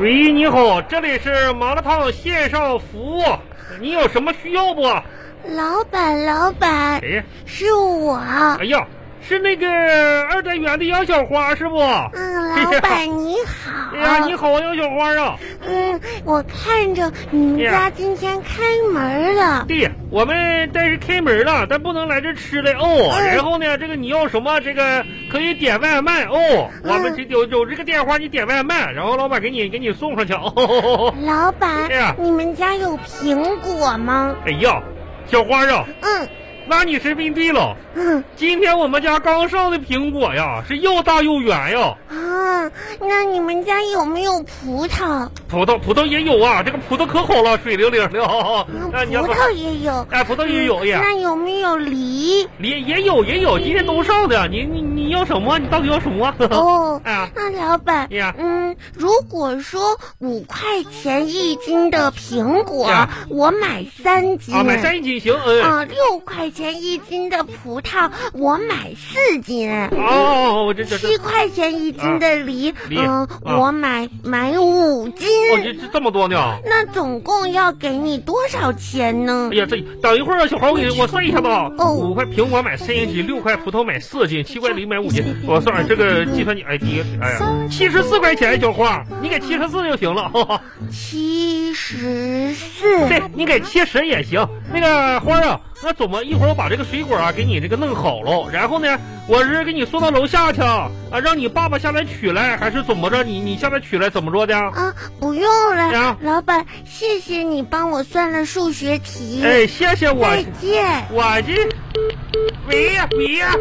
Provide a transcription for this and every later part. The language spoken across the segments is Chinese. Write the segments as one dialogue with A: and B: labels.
A: 喂，你好，这里是麻辣烫线上服务，你有什么需要不？
B: 老板，老板，
A: 哎呀，
B: 是我。
A: 哎呀，是那个二单元的杨小花是不？
B: 嗯，老板你好。
A: 哎呀，你好，杨小花啊！
B: 嗯，我看着你们
A: 哎
B: 家今天开门了。
A: 对，我们但是开门了，但不能来这吃了哦。
B: 嗯
A: 然后呢，这个你要什么，这个可以点外卖哦。
B: 嗯
A: 我们这有有这个电话，你点外卖，然后老板给你给你送上去哦。
B: 老板
A: 哎呀，
B: 你们家有苹果吗？
A: 哎呀，小花啊，
B: 嗯
A: 那你是问对了。
B: 嗯
A: 今天我们家刚上的苹果呀，是又大又圆呀。
B: 啊，那你们家有没有葡萄？
A: 葡萄葡萄也有啊，这个葡萄可好了，水灵灵的啊。
B: 嗯
A: 哎你要
B: 葡
A: 不
B: 萄也有。嗯
A: 哎，葡萄也有呀。
B: 那有没有梨？
A: 也也有也有，今天都上的。你你你要什么？啊你到底要什么？
B: 哦，
A: 啊，
B: 那老板
A: 呀，
B: 嗯，如果说五块钱一斤的苹果
A: 哎呀，
B: 我买三斤。
A: 啊，买三斤行，嗯。
B: 啊，六块钱一斤的葡萄，我买四斤；
A: 哦，我这这这，
B: 七
A: 哦，
B: 块钱一斤的梨，
A: 梨
B: 嗯、
A: 啊哦
B: 我买买五斤。
A: 这这这么多呢？
B: 那总共要给你多少钱呢
A: 哎？呀，这等一会儿啊，小豪，我给你我算一下子啊。
B: 嗯哦
A: 五块苹果买三斤，六块葡萄买四斤，七块梨买五斤。
B: 嗯
A: 我算这个计算机，哎，你哎呀，七十四块钱，小花，你给七十四就行了。 哈哈。
B: 七十四。
A: 对，你给七十也行。那个花儿啊，那怎么一会儿我把这个水果啊给你这个弄好喽，然后呢，我是给你送到楼下去啊，啊让你爸爸下来取来，还是怎么着？你你下来取来怎么着的？
B: 啊，不用了，
A: 哎呀
B: 老板，谢谢你帮我算了数学题。
A: 哎，谢谢我，
B: 再见。
A: 我这，喂呀喂呀，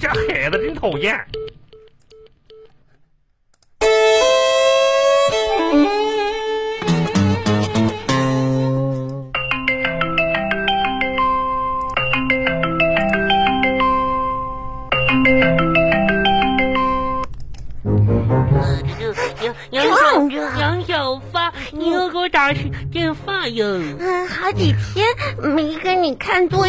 A: 这孩子真讨厌。
C: 杨杨
B: 撞
C: 小
B: 着
C: 杨小发，你又给我打去电话哟！
B: 嗯，好几天没跟你看作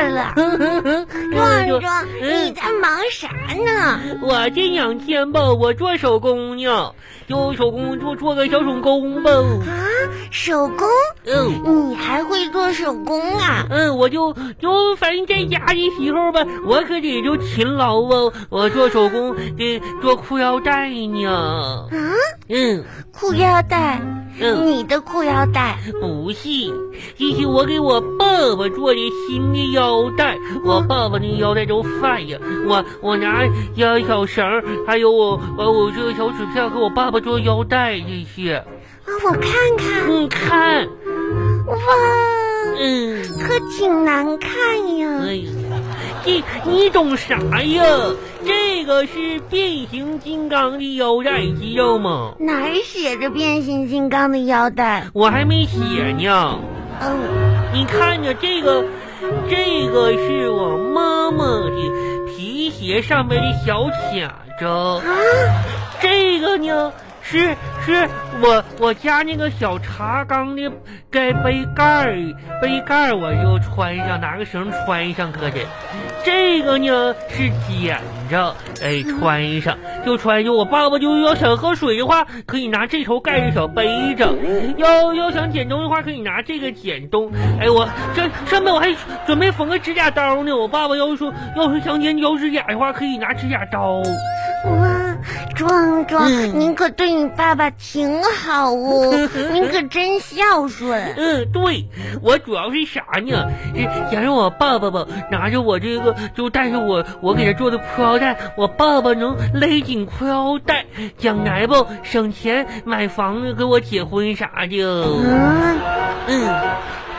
B: 了。壮壮，你在忙啥呢？
C: 我这两天吧，我做手工呢，做手工做做个小手工吧。
B: 啊，手工？
C: 嗯
B: 你还会做手工啊？
C: 嗯，我就就反正在家的时候吧，我可得就勤劳啊，我做手工得做裤腰带呢。
B: 啊，
C: 嗯
B: 裤腰带？
C: 嗯，
B: 你的裤腰带？
C: 不是，这是我给我爸爸做的新的腰带，我爸爸那腰带都犯呀，我我拿小小绳儿，还有我我我这个小纸片给我爸爸做腰带这些，
B: 啊，我看看，
C: 你看，
B: 哇，
C: 嗯，
B: 可挺难看呀。
C: 哎呀，这你懂啥呀？这个是变形金刚的腰带，知道吗？
B: 哪儿写着变形金刚的腰带？
C: 我还没写呢。
B: 嗯，
C: 你看着这个，这个是我妈妈的皮鞋上面的小卡子，
B: 啊，
C: 这个呢是是我我家那个小茶缸的盖杯盖儿杯盖儿我就穿上，拿个绳穿上可得。这个呢是剪子，哎，穿上就穿上。我爸爸就要想喝水的话，可以拿这头盖着小杯子；要要想剪东西的话，可以拿这个剪东。哎，我这上面我还准备缝个指甲刀呢。我爸爸要是说要是想剪脚指甲的话，可以拿指甲刀。
B: 哇，壮壮，
C: 嗯
B: 您可对你爸爸挺好 哦，您可真孝顺。
C: 嗯，对，我主要是啥呢？是想让我爸爸吧，拿着我这个，就带着我我给他做的裤腰带，我爸爸能勒紧裤腰带，将来吧省钱买房子，跟我结婚啥的。
B: 嗯。
C: 嗯，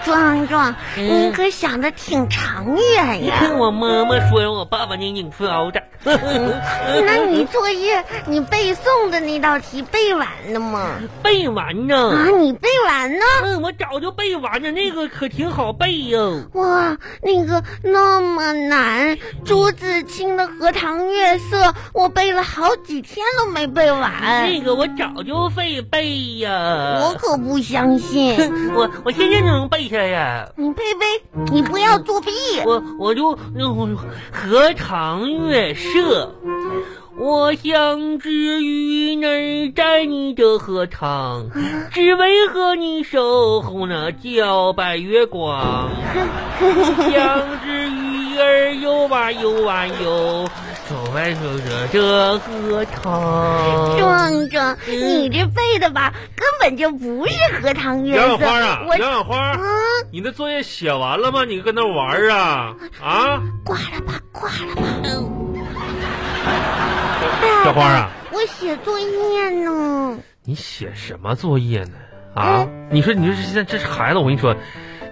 B: 壮壮，
C: 嗯
B: 你可想的挺长远
C: 你
B: 呀。
C: 看我妈妈说让我爸爸勒紧裤腰带。
B: 那你作业你背诵的那道题背完了吗？
C: 背完呢
A: 嗯
B: 啊，？你背完了？
C: 嗯，我早就背完了，那个可挺好背哟。
B: 哇，那个那么难，朱自清的《荷塘月色》，我背了好几天都没背完
A: 嗯
C: 那，个我早就会背呀。
B: 哎我可不相 信。
C: 哼我我现在就能背下来呀。
B: 你背背，你不要作弊。
C: 我我就那我荷塘月色，我想知鱼哪在你的荷塘，只为和你守候那皎白月光。想知鱼儿游啊游啊游，走啊走着这荷塘。
B: 壮壮，
A: 嗯
B: 你这背的吧，根本就不是荷塘月
A: 杨小
B: 色。
A: 花啊，
B: 我
A: 杨小花，
B: 嗯，
A: 你的作业写完了吗？你搁那玩儿啊啊！
B: 挂了吧，挂了吧。
A: 小花啊，
B: 哎我写作业呢。
A: 你写什么作业呢？啊，你说你说这现在这孩子，我跟你说，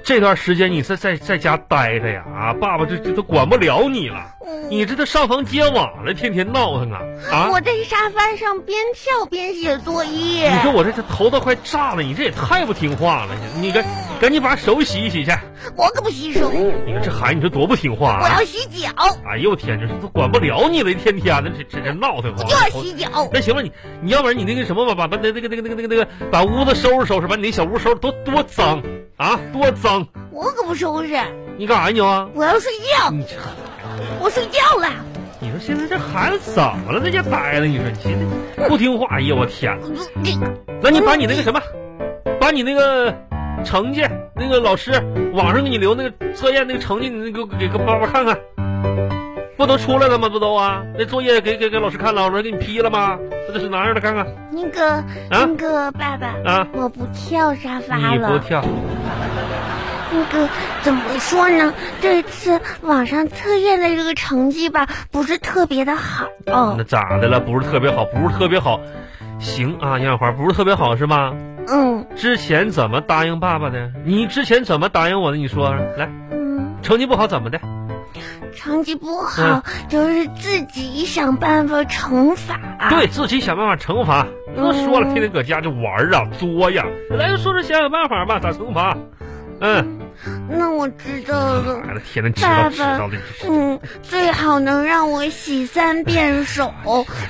A: 这段时间你在在在家待着呀啊，爸爸这这都管不了你了，
B: 嗯
A: 你这都上房揭瓦了，天天闹腾啊啊！
B: 我在沙发上边跳边写作业。
A: 你说我这这头都快炸了，你这也太不听话了！你你赶赶紧把手洗一洗去。
B: 我可不洗手，我
A: 你看这孩子，你说多不听话啊
B: 要！洗脚，
A: 哎呦我天，这都管不了你了，一天天的这这这闹腾啊
B: 我
A: 慌
B: 就。要洗脚。
A: 那行了，你你要不然你那个什么吧，把把那那个那个那个那个那个把屋子收拾收拾，把你那小屋收拾多多脏啊，多脏！
B: 我可不收拾，
A: 你干啥呀你啊？
B: 我要睡觉，
A: 你这
B: 我睡觉了。
A: 你说现在这孩子怎么了，在家待着？你说你这不听话，哎呀我天！
B: 这
A: 那你把你那个什么，把你那个成绩，那个老师网上给你留那个测验那个成绩，你那个给给爸爸看看，不都出来了吗？不都啊？那作业给给给老师看了，老师给你批了吗？这是哪样的？看看
B: 那个
A: 啊
B: 那个爸爸，
A: 啊！
B: 我不跳沙发
A: 你不
B: 了。
A: 跳，
B: 那个怎么说呢？这次网上测验的这个成绩吧，不是特别的好。
A: 那咋的了？不是特别好，不是特别好。行啊，杨小花，不是特别好是吗？
B: 嗯
A: 之前怎么答应爸爸的？你之前怎么答应我的？你说说来，
B: 嗯，
A: 成绩不好怎么的？
B: 成绩不
A: 嗯
B: 好，就是自己想办法惩罚。啊
A: 对自己想办法惩罚。都说了，
B: 嗯
A: 天天搁家就玩儿啊，作呀，咱就说说想想办法吧，咋惩罚？嗯，
B: 那我知道了。
A: 孩子天天知道
B: 爸爸
A: 知道的，
B: 嗯，最好能让我洗三遍手，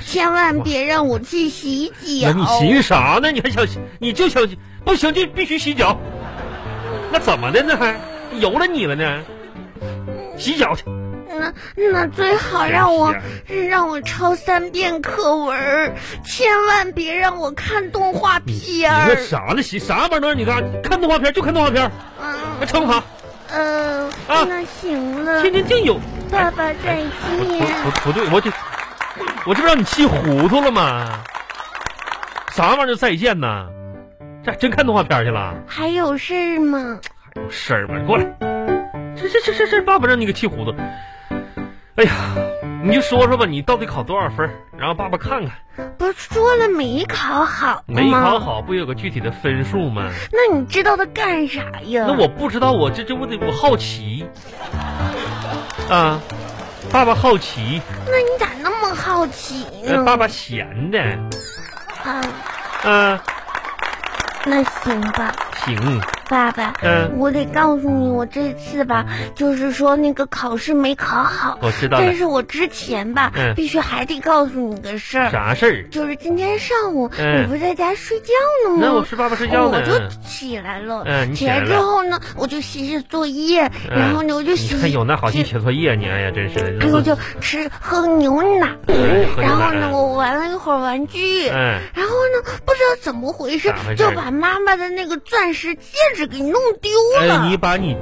B: 千万别让我去洗
A: 那
B: 脚。
A: 你寻啥呢？你还想你就想不行就必须洗脚，那怎么的呢？还由了你了呢？洗脚去，
B: 那那最
A: 哎
B: 好让
A: 啊
B: 我让我抄三遍课文儿，千万别让我看动画
A: 你
B: 片
A: 那
B: 儿。
A: 啥呢？洗啥玩意儿？你看看动画片就看动画片，
B: 嗯
A: 那惩罚
B: 呃，
A: 啊
B: 那行了
A: 天，天就有。
B: 爸爸再
A: 不不
B: 见。
A: 不不对，我这我这不让你气糊涂了吗？啥玩意儿就再见呐？这还真看动画片去了？
B: 还有事儿吗？
A: 有事儿吗？过来，这这这这这，爸爸让你给气糊涂。哎呀，你就说说吧，你到底考多少分儿？然后爸爸看看，
B: 不是说了没考好吗？
A: 没考。好不有个具体的分数吗？
B: 那你知道他干啥呀？
A: 那我不知道，我这这我得我好奇啊，爸爸好奇，
B: 那你咋那么好奇
A: 呃
B: 呢？
A: 爸爸闲的，哎
B: 啊，
A: 嗯、
B: 那行吧，
A: 行，
B: 爸爸。
A: 嗯、
B: 我得告诉你，我这次吧，就是说那个考试没考好，
A: 我知道了
B: 但。是我之前吧，
A: 嗯
B: 必须还得告诉你个事儿，
A: 啥事儿？
B: 就是今天上午、
A: 嗯
B: 你不是在家睡觉呢吗？
A: 那我是爸爸睡觉呢。
B: 嗯我就起来了，
A: 嗯你起
B: 起
A: 来
B: 来
A: 了
B: 之后呢，我就写写作业，
A: 嗯
B: 然后呢，我就
A: 你
B: 写，
A: 看有那好心
B: 写
A: 写作业，你哎呀，真是的。
B: 然后就吃喝牛奶，
A: 嗯
B: 然后呢，我玩了一会儿玩具，
A: 嗯，
B: 然后呢，不知道怎么回事
A: 咋回事，
B: 就把妈妈的那个钻石戒指给弄丢
A: 哎，
B: 了。
A: 你把你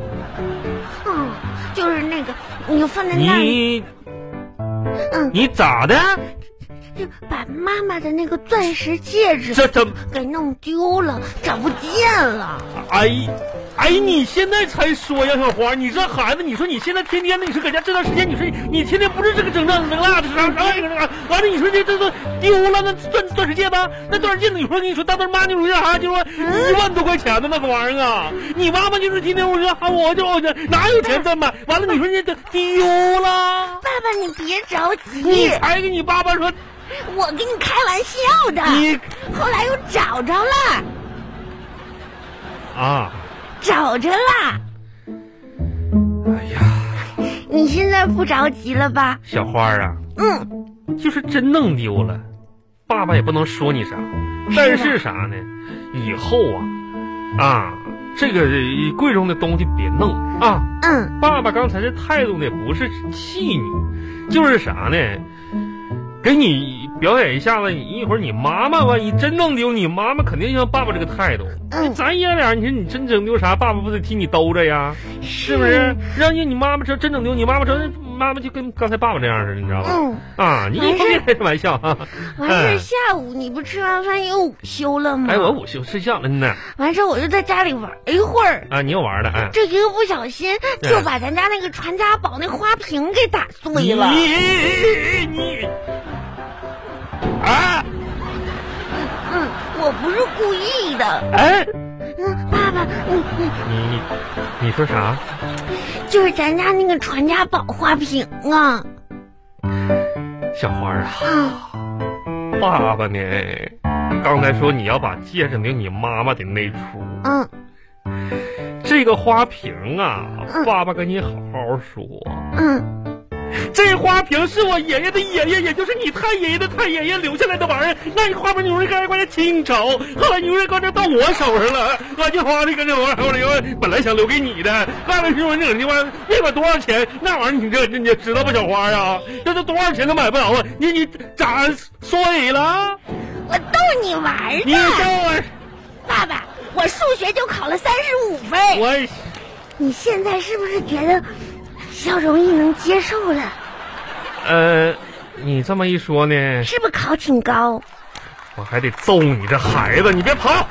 B: 嗯，就是那个，你就放在那里，
A: 你
B: 嗯，
A: 你咋的？
B: 就把妈妈的那个钻石戒指
A: 这怎？
B: 给弄丢了，找不见了。
A: 哎，哎，你现在才说呀，小花，你这孩子，你说你现在天天的，你说搁家这段时间，你说你天天不是这个整这整那的，啥啥这个啥，完了你说这这都丢了那钻钻石戒指，那钻石戒指，你说跟你说当时妈就说啥，就说一万多块钱的那个玩意儿啊，你妈妈就是天天我说啊，我就我就哪有钱这么买，完了你说你这丢了，
B: 爸爸，你别着
A: 你
B: 急，
A: 才跟你爸爸说
B: 我跟你开玩笑的。
A: 你
B: 后来又找着了，
A: 啊，
B: 找着了。
A: 哎呀，
B: 你现在不着急了吧？
A: 小花啊。
B: 嗯，
A: 就是真弄丢了，爸爸也不能说你啥。但是啥呢？以后啊，啊，这个呃贵重的东西别弄啊。
B: 嗯，
A: 爸爸刚才这态度呢，不是气你，就是啥呢？给你表演一下子，你一会儿你妈妈万一真弄丢，你妈妈肯定像爸爸这个态度。
B: 嗯，
A: 咱爷俩，你说你真整丢啥，爸爸不得替你兜着呀？是不是？让你你妈妈这真整丢，你妈妈这妈妈就跟刚才爸爸这样似的，你知道吧？
B: 嗯，
A: 啊，你
B: 没事
A: 别开这玩笑啊！
B: 完事儿下午你不吃完饭又午休了吗？
A: 哎，我午休睡觉了呢。
B: 完事儿我就在家里玩一会儿，
A: 啊，你又玩了哎。
B: 这一个不小心就把咱家那个传家宝那花瓶给打碎了。
A: 你你啊
B: 嗯，我不是故意的。
A: 哎，
B: 嗯，爸爸，嗯嗯，
A: 你你你说啥？
B: 就是咱家那个传家宝花瓶啊。
A: 小花儿啊，
B: 啊，
A: 爸爸呢？刚才说你要把戒指留你妈妈的那出，
B: 嗯
A: 这个花瓶啊
B: 嗯，
A: 爸爸跟你好好说，
B: 嗯，
A: 这花瓶是我爷爷的爷爷，也就是你太爷爷的太爷爷留下来的玩意儿。那你花瓶你不是刚才关键清朝，后来你不是刚才到我手上了，啊乱七八糟跟这玩意儿留，本来想留给你的，外面说你整这玩意儿那管多少钱？那玩意儿你这你知道不，小花啊，这都多少钱都买不着啊！你你咋碎了？
B: 我逗你玩儿
A: 你
B: 的。
A: 等会儿，
B: 爸爸，我数学就考了三十五分。
A: 我
B: 你现在是不是觉得肖容易能接受了？
A: 呃，你这么一说呢，
B: 是不是考挺高？
A: 我还得揍你这孩子，你别跑。